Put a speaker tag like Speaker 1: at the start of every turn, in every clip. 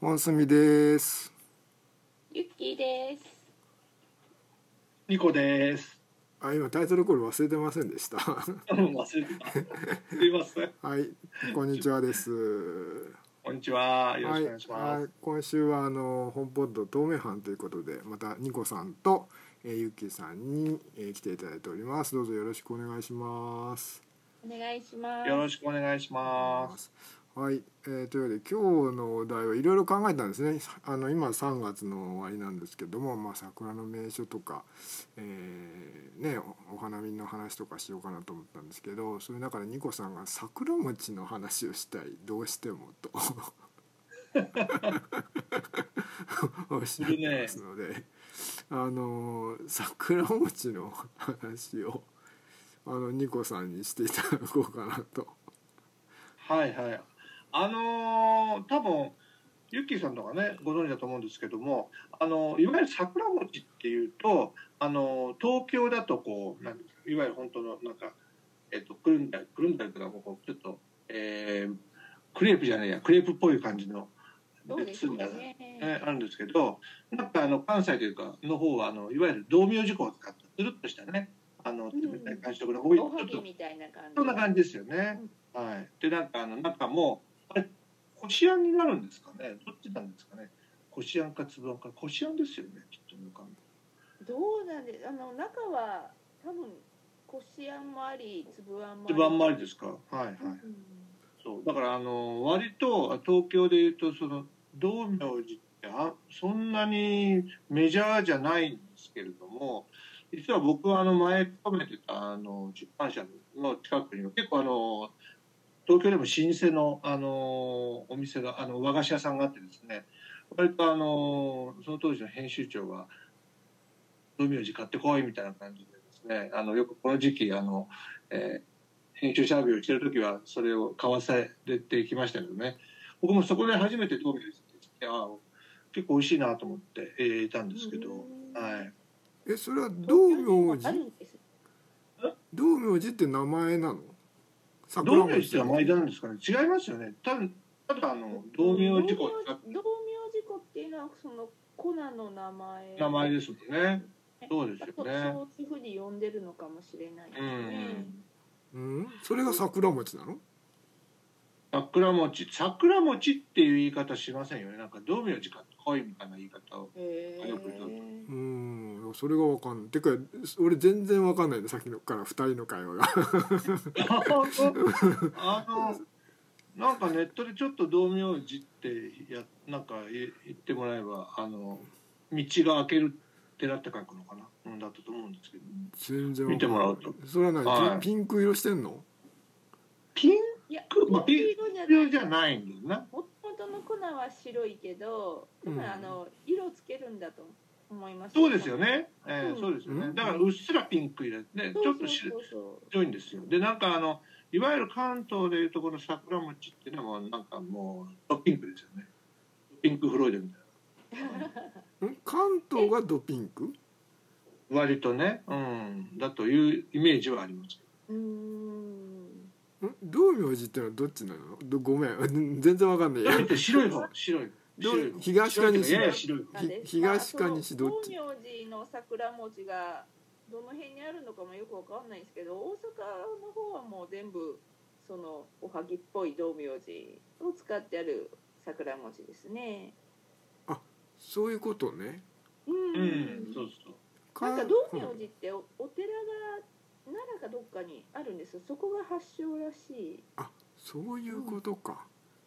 Speaker 1: モンスミです
Speaker 2: ゆっきーです。
Speaker 3: リコです。
Speaker 1: あ今タイトルコール忘れてませんでした は
Speaker 3: あの忘れてた。すいません。
Speaker 1: いこんにちはです
Speaker 3: こんにちは。よろ
Speaker 1: は
Speaker 3: し
Speaker 1: い
Speaker 3: くお願いしま
Speaker 1: はい
Speaker 3: す。
Speaker 1: 今週はあの本ポッド透明版ということでまたニコさんと、えー、ゆっきーさんに、えー来ていただいておりますどうぞよろしくお願いします
Speaker 2: お願いします。
Speaker 3: よろしくお願いします。
Speaker 1: はい、えーというわけで今日のお題はいろいろ考えたんですねあの今3月の終わりなんですけども、まあ、桜の名所とか、えーね、おお花見の話とかしようかなと思ったんですけどそういう中でニコさんが桜餅の話をしたいどうしても とおっしゃってますので、あの桜餅の話をあのニコさんにしていただこうかなと。
Speaker 3: はいはい。あのー多分ゆっきーさんとかねご存知だと思うんですけども、あのいわゆる桜餅っていうと、あの東京だとこうなんいわゆる本当のなんかえっとくるんだりくるんだりとかこうちょっと、えークレープじゃないやクレープっぽい感じの
Speaker 2: そうです
Speaker 3: 包んだ
Speaker 2: ね。
Speaker 3: ね、あるんですけどなんかあの関西というかの方はあのいわゆる道明寺粉を使ったつるっとしたねあの
Speaker 2: ん
Speaker 3: 冷たい感じとかが多い、
Speaker 2: おは
Speaker 3: ちょ
Speaker 2: ぎ
Speaker 3: っと
Speaker 2: みたいな感じ。
Speaker 3: そんな感じですよね、はいでなんかあの中もあれこしあんになるんですかねどっちなんですかねこしあんかつぶあんかこしあんですよねきっとねわかんない
Speaker 2: どうなんで、あの中は多分こしあんもあり、つぶあんもあり。
Speaker 3: つぶあんもありですかはいはい、
Speaker 2: うん
Speaker 3: そうだからあの割と東京でいうとその道明寺ってあそんなにメジャーじゃないんですけれども実は僕はあの前勤めてたあの出版社の近くには結構あの東京でも老舗のあのお店があの和菓子屋さんがあってですね割とあのその当時の編集長が「道明寺買ってこい」みたいな感じでですねあのよくこの時期あの、えー編集者ビューしてる時はそれを買わされてきましたけどね僕もそこで初めて東京に来てああ結構美味しいなと思って、えーいたんですけど、
Speaker 2: うん
Speaker 3: はい、
Speaker 1: えそれは道明
Speaker 2: あ
Speaker 1: 寺
Speaker 2: るんです。
Speaker 1: 道明寺って名前なの桜
Speaker 3: 道明寺
Speaker 1: 餅
Speaker 3: って名前なんですかね違いますよねただただあの道明寺湖
Speaker 2: 道明道明寺粉っていうのはその粉の名前。
Speaker 3: 名前ですもんねそうですよ
Speaker 2: そう
Speaker 3: ね
Speaker 2: そういうふうに呼んでるのかもしれないです
Speaker 3: う
Speaker 2: ね。
Speaker 3: ん
Speaker 1: うんそれが桜餅なの
Speaker 3: 桜餅桜餅っていう言い方しませんよねなんか道明寺かっこいいみたいな言い方 を
Speaker 2: へえ
Speaker 3: よく言う
Speaker 1: うんそれがわかんないてか俺全然わかんないねさっきのから2人の会話が
Speaker 3: あのなんかネットでちょっと道明寺ってやなんかい言ってもらえばあの道が開ける寺って書くのかな、うん、だったと思うんですけど
Speaker 1: 全然わかんない
Speaker 3: 見てもらうと
Speaker 1: それは何、
Speaker 3: はい
Speaker 1: ピンク色してんの
Speaker 3: ピン
Speaker 2: いや、
Speaker 3: まあ
Speaker 2: 黄色じゃな
Speaker 3: ク
Speaker 2: い
Speaker 3: じゃないんだよな
Speaker 2: もともとの粉は白いけど、多分
Speaker 1: うん
Speaker 2: あの色をつけるんだと思います。
Speaker 3: そうですよ。ね、え
Speaker 2: う
Speaker 3: ー
Speaker 2: ん
Speaker 3: そうですよね、
Speaker 1: うん
Speaker 3: だからうっすらピンク色でち
Speaker 2: そうそ
Speaker 3: ょっ
Speaker 2: う
Speaker 3: とし
Speaker 2: そうそう。
Speaker 3: 白いんですよでなんかあのいわゆる関東でいうとこの桜餅っていうのはもうなんかもうドピンクですよねピンクフロイドみたい
Speaker 1: ん関東がドピンク
Speaker 3: な割とねうんだというイメージはあります
Speaker 2: うーん。
Speaker 1: ん道明寺ってのはどっちなのどごめんうん 全然わかんない
Speaker 3: だ って白い方白い白い方
Speaker 1: 東か西
Speaker 3: 白いやや白い方
Speaker 2: なんで
Speaker 1: ひ東か西どっち
Speaker 2: まあその道明寺の桜餅がどの辺にあるのかもよくわかんないんですけど、大阪の方はもう全部そのおはぎっぽい道明寺を使ってある桜餅ですね。
Speaker 1: そういうことね
Speaker 2: うん。
Speaker 3: うんそうそう
Speaker 1: か
Speaker 2: なんか道明
Speaker 1: うん
Speaker 2: 寺っておお寺が奈良かどっかにあるんですよ。そこが発祥らしい。
Speaker 1: そういうことか、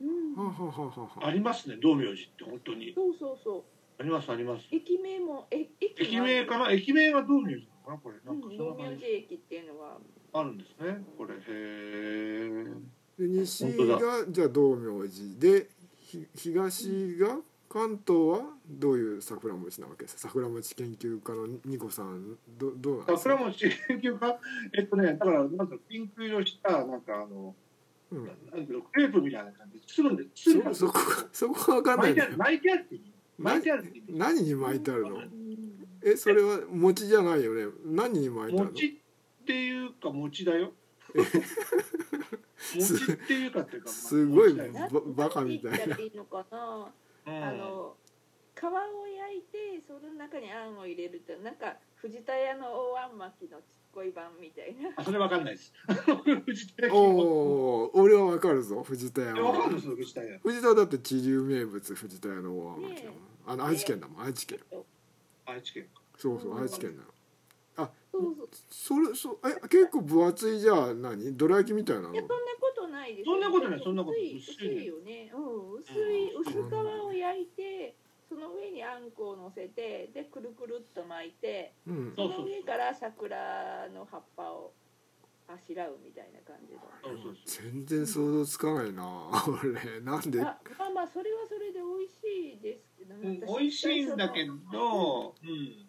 Speaker 2: うん。
Speaker 1: はあはあはあはあ
Speaker 3: ありますね道明寺って本当に
Speaker 2: そうそうそう。
Speaker 3: ありますあります
Speaker 2: 駅名もえ駅
Speaker 3: 駅名かな駅名が道明寺なのかなこれ
Speaker 2: う
Speaker 3: なんんかそ
Speaker 2: 道
Speaker 3: の
Speaker 2: 明寺駅っていうのは
Speaker 3: あるんですねこれへえ
Speaker 1: で西
Speaker 3: 本当だ
Speaker 1: がじゃあ道明寺でひ東が関東はどういう桜餅なわけですか桜餅研究家のニコさんどどうなんですか
Speaker 3: 桜餅研究家えっとねだからなんかピンク色したなんかあの
Speaker 1: うん、
Speaker 3: なんていうのクレープみたいな感じ包んで包んで
Speaker 1: そそこそこは分かんな
Speaker 3: 巻
Speaker 1: いん
Speaker 3: いて
Speaker 1: だ
Speaker 3: あ
Speaker 1: よ
Speaker 3: る巻いてあるって意味巻いてあるって意味
Speaker 1: 何に巻いてあるの
Speaker 2: うん
Speaker 1: えそれは餅じゃないよね何に巻いてあるの
Speaker 3: 餅っていうか餅だよ 餅っていうかっていうかまあ
Speaker 1: すごい
Speaker 3: 餅だよ
Speaker 1: ばバカみたいな
Speaker 2: なんて言ったらいいのかな
Speaker 3: うん
Speaker 2: あの皮を焼いてその中にあんを入れるってなんか藤田屋の大あん巻きのちっこい版みたいな
Speaker 3: あそれわかんないです。 藤田屋
Speaker 1: おお俺はわかるぞ藤田屋
Speaker 3: えわか
Speaker 1: は
Speaker 3: るんですよ、藤田屋。
Speaker 1: 藤田だって地流名物藤田屋の大天だもん
Speaker 2: ね
Speaker 1: あの愛知県だもん愛知県
Speaker 3: 愛知県か。
Speaker 1: そうそう
Speaker 2: うん
Speaker 1: 愛知県なの
Speaker 2: そうそう
Speaker 1: それそえ結構分厚いじゃあ何どら焼きみたいなの
Speaker 2: いやそんなことないです
Speaker 3: そんなことないそんなこと
Speaker 2: 薄
Speaker 3: ない
Speaker 2: い薄いよね、うん、薄い
Speaker 3: うん
Speaker 2: 薄皮を焼いてその上にあんこを乗せてでくるくるっと巻いて
Speaker 1: うん
Speaker 2: そ
Speaker 3: そう
Speaker 2: の
Speaker 3: そう
Speaker 2: 上から桜の葉っぱをあしらうみたいな感じの
Speaker 3: そうそうそ
Speaker 1: 全然想像つかないな俺なんで
Speaker 2: あまあまあそれはそれで美味しいですけど、
Speaker 3: う。うん
Speaker 2: 私
Speaker 3: 美味しいんだけど、うん。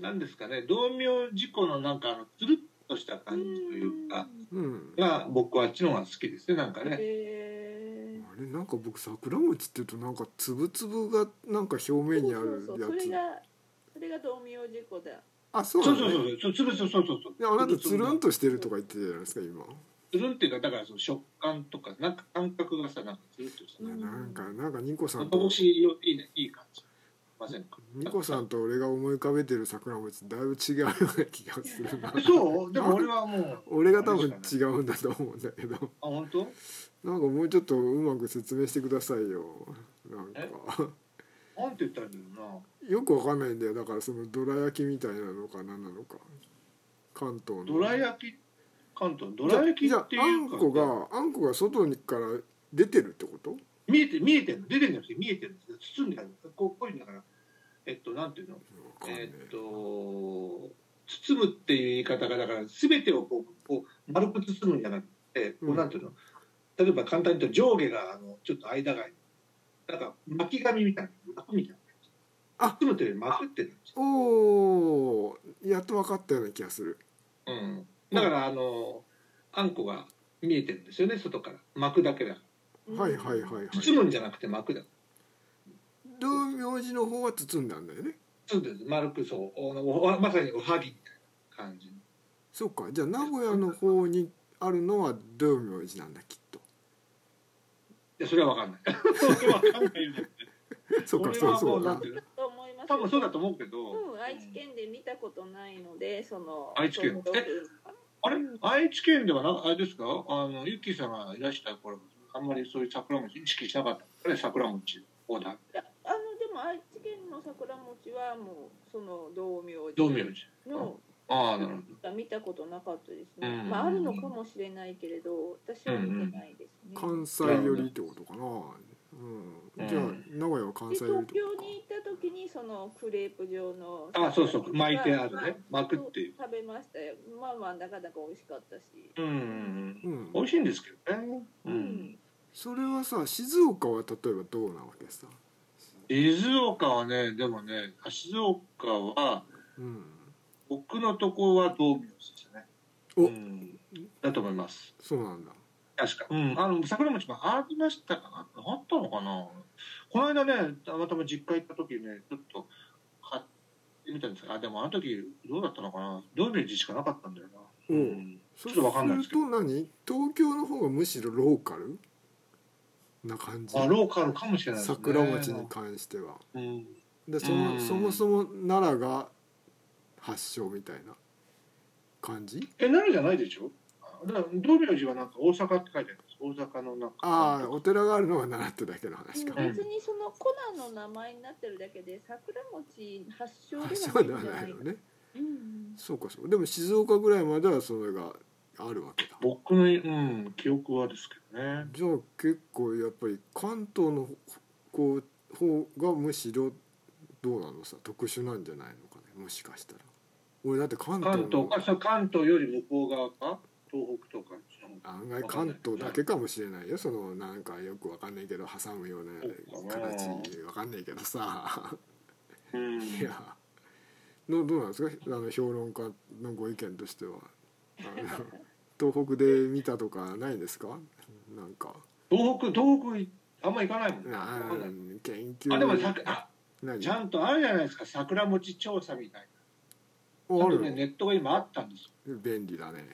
Speaker 3: なんですかね、道明事故のなんかあの、つるっとした感じというか、
Speaker 2: ん
Speaker 1: うん
Speaker 3: が僕はあっちの方が好きですね、なんかね。
Speaker 2: へ
Speaker 1: あれなんか僕桜餅っていうとなんか粒々がなんか表面にあ
Speaker 2: ー
Speaker 1: る
Speaker 2: そうそうそ
Speaker 1: や
Speaker 2: うそれ
Speaker 1: つ
Speaker 2: がそれが道明寺湖だ
Speaker 1: あそ
Speaker 3: そうう
Speaker 1: な
Speaker 3: そ
Speaker 1: の
Speaker 3: う
Speaker 1: ね
Speaker 3: そうそう、つるそうそうそうそう。
Speaker 1: であなたつるん
Speaker 3: と。
Speaker 1: としてるとか言ってたじゃないですか今
Speaker 3: つるんっていうか、だからその食感とか、なんか感覚がさ、なんかつるっとした
Speaker 1: い
Speaker 2: うん
Speaker 1: やなんかなんかニコさん
Speaker 3: 喉
Speaker 1: と
Speaker 3: 越しよいいね、いい感じ。ませんか。
Speaker 1: ニコさんと俺が思い浮かべてる桜餅だいぶ違うような気がするな
Speaker 3: そうでも俺はもう。
Speaker 1: 俺が多分違うんだと思うんだけど
Speaker 3: あ、本当
Speaker 1: なんかもうちょっとうまく説明してくださいよなんか
Speaker 3: なんて言ったらいいんだろ
Speaker 1: よくわかんないんだよだからそのどら焼きみたいなのか何なのか関東の
Speaker 3: うな。どら焼き、関東、どら焼き
Speaker 1: じゃあ
Speaker 3: っていう
Speaker 1: あ
Speaker 3: か、
Speaker 1: んこがあんこが外にから出てるってこと
Speaker 3: 見えて、見えてるの、出てるんじゃなくて見えてるんですよ包んである。こうこういうんだから、えっと、なんていうの、
Speaker 1: わかんね
Speaker 3: えっと、包むっていう言い方が、だから、すべてをこう、こう丸く包むんじゃなくて、こ
Speaker 1: う
Speaker 3: うんなんていうの、例えば簡単に言うと上下が、あの、ちょっと間が、なんか巻き紙みたいな、巻くみたいな。
Speaker 1: あ
Speaker 3: 包むというより巻くってなんです
Speaker 1: お
Speaker 3: よ
Speaker 1: おやっとわかったような気がする
Speaker 3: うんだからあのあんこが見えてるんですよね外から巻くだけだ
Speaker 1: はいはいはいはい
Speaker 3: 包むんじゃなくて巻くだ
Speaker 1: 道明寺の方は包んだんだよね
Speaker 3: そうです丸くそうおおおまさにおはぎみたいな感じ
Speaker 1: そっかじゃあ名古屋の方にあるのは道明寺なんだきっ と
Speaker 3: いやそれは分かんないそれは分かんないよね
Speaker 1: そっかそうそうだな
Speaker 3: これはもうなんていうの
Speaker 2: と思います
Speaker 3: 多分そうだと思うけど、
Speaker 2: うん、愛知県で見たことないので、その。
Speaker 3: 愛知県
Speaker 2: そう
Speaker 3: えあれ愛知県ではなあれですかあのゆきさんがいらした頃あんまりそういう桜餅意識しなかったですかね桜餅をだ
Speaker 2: いやあの、でも愛知県の桜餅は、もう、その道明寺。
Speaker 3: 道明寺
Speaker 2: の、
Speaker 3: ああなるほど
Speaker 2: 見たことなかったですね。
Speaker 3: うん
Speaker 2: まあ、あるのかもしれないけれど、私は見てないですね。
Speaker 1: 関西寄りってことかな、うんじゃあ
Speaker 3: うん
Speaker 1: 名古屋は関
Speaker 2: で
Speaker 1: 西寄りっ
Speaker 2: 東
Speaker 1: て
Speaker 2: 京
Speaker 1: ことか
Speaker 2: に行った時にそのクレープ状の
Speaker 3: あそうそう巻いてあるね巻くっていう
Speaker 2: 食べましたよまあまあなかなか美味しかったし
Speaker 3: うんうん
Speaker 1: う
Speaker 3: うん
Speaker 1: ん
Speaker 3: 美味しいんですけどねうん
Speaker 1: それはさ静岡は例えばどうなわけさ
Speaker 3: 静岡はねでもね静岡は
Speaker 1: うん
Speaker 3: 僕のとこは道明寺ですね
Speaker 1: お
Speaker 3: うんだと思います
Speaker 1: そうなんだ
Speaker 3: 確か、うん、あの桜餅もありましたかなあったのかなこの間ねたまたま実家行った時ねちょっと買ってみたんですがあでもあの時どうだったのかな道明寺しかなかったんだよな
Speaker 1: おう
Speaker 3: うん
Speaker 1: そ
Speaker 3: ちょっとわかんないですけど
Speaker 1: すると何東京の方がむしろローカルな感じ
Speaker 3: あローカルかもしれないですね
Speaker 1: 桜餅に関しては
Speaker 3: うん
Speaker 1: でそも
Speaker 3: うん
Speaker 1: そもそも奈良が発祥みたいな感じ
Speaker 3: え奈良じゃないでしょあだから道明寺はなんか大阪って書いてあるんです大阪のなんか
Speaker 1: ああお寺があるのが奈良ってだけの話か、
Speaker 3: うん
Speaker 2: 別にそのコナンの名前になってるだけで桜餅発祥で
Speaker 1: 発
Speaker 2: は
Speaker 1: 祥では
Speaker 2: な
Speaker 1: ないい
Speaker 2: ん
Speaker 1: の
Speaker 2: じゃない
Speaker 1: ね
Speaker 2: うん
Speaker 1: そうかそうでも静岡ぐらいまではそれがあるわけだ
Speaker 3: 僕の、うん、記憶はですけどね
Speaker 1: じゃあ結構やっぱり関東のこう方がむしろどうなのさ特殊なんじゃないのかねもしかしたら俺だって関東
Speaker 3: 関
Speaker 1: の
Speaker 3: 東かそう関東より向こう側か東北とか
Speaker 1: 案外関東だけかもしれないよそのなんかよくわかんないけど挟むような
Speaker 3: そうかな
Speaker 1: 形わかんないけどさ
Speaker 3: うん
Speaker 1: いやのどうなんですかあの評論家のご意見としてはあの東北で見たとかないですかなんか
Speaker 3: 東北東北いあんま行かないもんね
Speaker 1: あ
Speaker 3: わかんない
Speaker 1: ー研究
Speaker 3: あでもさあ
Speaker 1: 何
Speaker 3: ちゃんとあるじゃないですか桜餅調査みたいな
Speaker 1: お
Speaker 3: あ
Speaker 1: あ
Speaker 3: と
Speaker 1: る
Speaker 3: ねネットが今あったんですよ
Speaker 1: 便利だね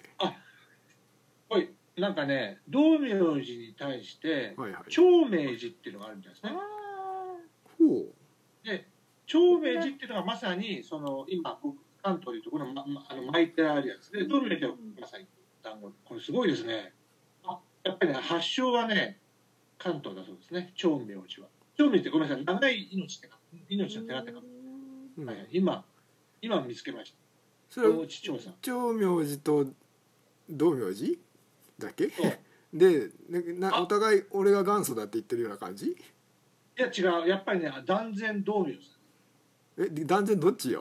Speaker 3: おいなんかね道明寺に対して
Speaker 1: はいはい
Speaker 3: 長明寺っていうのがあるみたいです
Speaker 2: あ
Speaker 3: ね
Speaker 2: あ
Speaker 1: ほ
Speaker 3: 長明寺っていうのはまさにその今僕関東でいうところの,、ままあの巻いてあるやつで道明寺はまさに団子これすごいですねあやっぱりね発祥はね関東だそうですね長明寺は長明寺ってごめんなさい長い命ってか命の寺ってか、
Speaker 1: う、うん
Speaker 3: はい、今今見つけまし
Speaker 1: そ
Speaker 3: た
Speaker 1: れは
Speaker 3: 大内長さん
Speaker 1: 長明寺と道明寺だけ
Speaker 3: そう
Speaker 1: でなな
Speaker 3: あ
Speaker 1: お互い俺が元祖だって言ってるような感じ
Speaker 3: いや違うやっぱりね断然道明
Speaker 1: えで断然どっちよ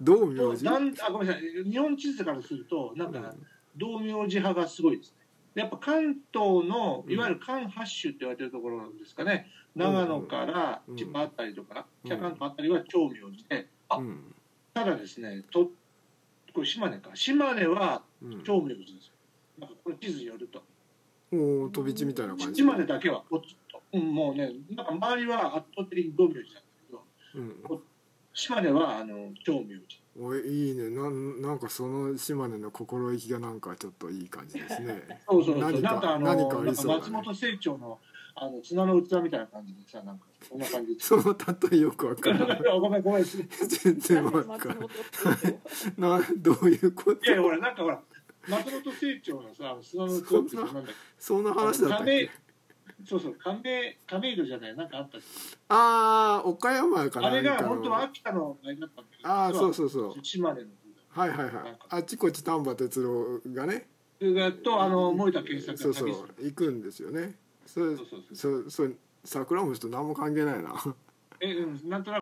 Speaker 1: 道明
Speaker 3: 寺
Speaker 1: 寺
Speaker 3: 断あごめんなさい日本地図からするとなんか、
Speaker 1: うん
Speaker 3: 道明寺派がすごいですね。でやっぱ関東の
Speaker 1: うん
Speaker 3: いわゆる関八州って言われてるところですかね、
Speaker 1: うん
Speaker 3: 長野から
Speaker 1: うん
Speaker 3: 千葉あたりとか、
Speaker 1: うん
Speaker 3: 北関東あたりは長明寺で、あ
Speaker 1: うん
Speaker 3: ただですねとこれ島根か島根は
Speaker 1: うん
Speaker 3: 長明寺ですよ、なんかこの地図によると
Speaker 1: おお飛び地みたいな感じ
Speaker 3: 島根だけはポツッと、うんもうねなんか周りは圧倒的に道明寺なんだけど
Speaker 1: うん
Speaker 3: 島根はあの長明寺
Speaker 1: おいいねなんなんかその島根の心意気がなんかちょっといい感じです ね
Speaker 3: そうそうそう
Speaker 1: 何
Speaker 3: なんか
Speaker 1: か
Speaker 3: あの
Speaker 1: 何かあ
Speaker 3: な
Speaker 1: り
Speaker 3: んか
Speaker 1: そうだ
Speaker 3: 松
Speaker 1: ね
Speaker 3: 本清張のあの砂の器みたいな感じでさなんかこんな感じで
Speaker 1: そ の例えよくわからない
Speaker 3: ごめんごめん。い
Speaker 1: 全然わ
Speaker 2: 松
Speaker 1: かんない
Speaker 2: 本清張
Speaker 1: などういうこと
Speaker 3: やいやほらなんかほら松本清張のさ砂の器ってなんだっけ
Speaker 1: そんな話だったっ
Speaker 3: 亀
Speaker 1: け
Speaker 3: そうそう亀亀戸じゃないなんかあったっけ
Speaker 1: ああ岡山か
Speaker 3: あれ
Speaker 1: 何
Speaker 3: が
Speaker 1: か
Speaker 3: 本当は
Speaker 1: の
Speaker 3: 秋田のあれだったんだけど
Speaker 1: ああそうそうそう
Speaker 3: 島根の
Speaker 1: はいはいはいあちこち丹波哲郎がね
Speaker 3: それがとあの森田健作
Speaker 1: そう
Speaker 3: が
Speaker 1: そ
Speaker 3: 旅
Speaker 1: う
Speaker 3: する
Speaker 1: 行くんですよねそれ
Speaker 3: そうそうそう
Speaker 1: そそれ桜餅と何も関係ないな
Speaker 3: えうんなんとなく